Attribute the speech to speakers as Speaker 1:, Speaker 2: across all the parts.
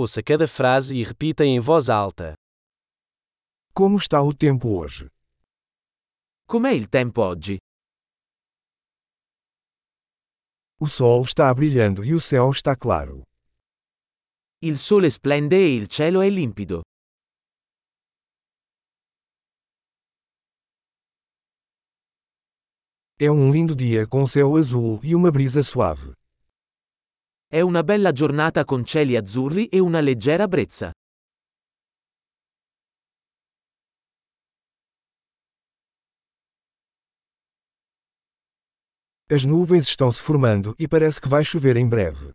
Speaker 1: Ouça cada frase e repita em voz alta.
Speaker 2: Como está o tempo hoje?
Speaker 1: Com'è il tempo oggi?
Speaker 2: O sol está brilhando e o céu está claro.
Speaker 1: Il sole splende e il cielo è limpido.
Speaker 2: É um lindo dia com céu azul e uma brisa suave.
Speaker 1: È una bella giornata con cieli azzurri e una leggera brezza.
Speaker 2: As nuvens estão se formando e parece que vai chover em breve.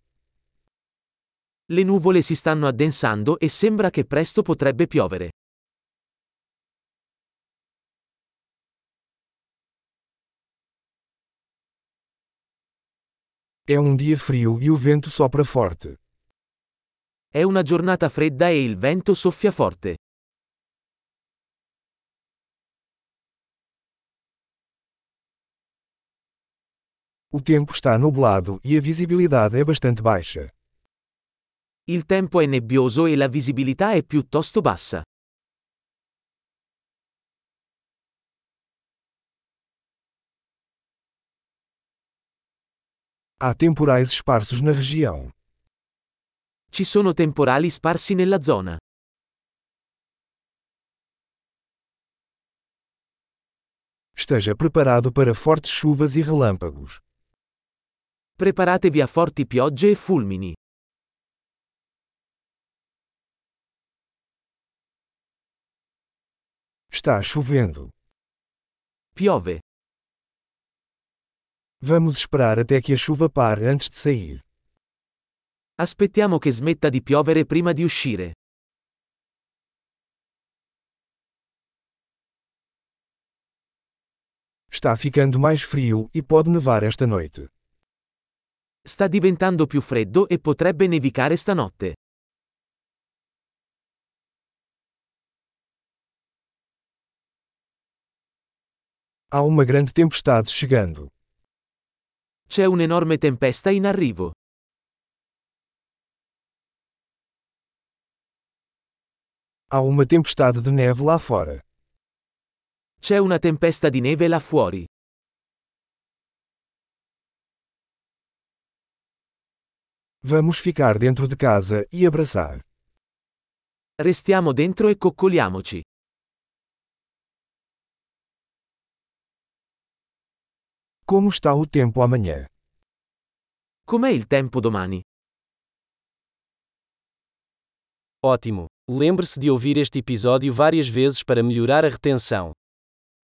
Speaker 1: Le nuvole si stanno addensando e sembra che presto potrebbe piovere.
Speaker 2: É um dia frio e o vento sopra forte.
Speaker 1: È una giornata fredda e il vento soffia forte.
Speaker 2: O tempo está nublado e a visibilidade é bastante baixa.
Speaker 1: Il tempo è nebbioso e la visibilità è piuttosto bassa.
Speaker 2: Há temporais esparsos na região.
Speaker 1: Ci sono temporali sparsi nella zona.
Speaker 2: Esteja preparado para fortes chuvas e relâmpagos.
Speaker 1: Preparatevi a forti piogge e fulmini.
Speaker 2: Está chovendo.
Speaker 1: Piove.
Speaker 2: Vamos esperar até que a chuva pare antes de sair.
Speaker 1: Aspettiamo che smetta di piovere prima di uscire.
Speaker 2: Está ficando mais frio e pode nevar esta noite.
Speaker 1: Sta diventando più freddo e potrebbe nevicare stanotte.
Speaker 2: Há uma grande tempestade chegando.
Speaker 1: C'è un'enorme tempesta in arrivo.
Speaker 2: Há uma tempestade de neve lá fora.
Speaker 1: C'è una tempesta di neve là fuori.
Speaker 2: Vamos ficar dentro de casa e abraçar.
Speaker 1: Restiamo dentro e coccoliamoci.
Speaker 2: Como está o tempo amanhã?
Speaker 1: Com'è il tempo domani?
Speaker 3: Ótimo! Lembre-se de ouvir este episódio várias vezes para melhorar a retenção.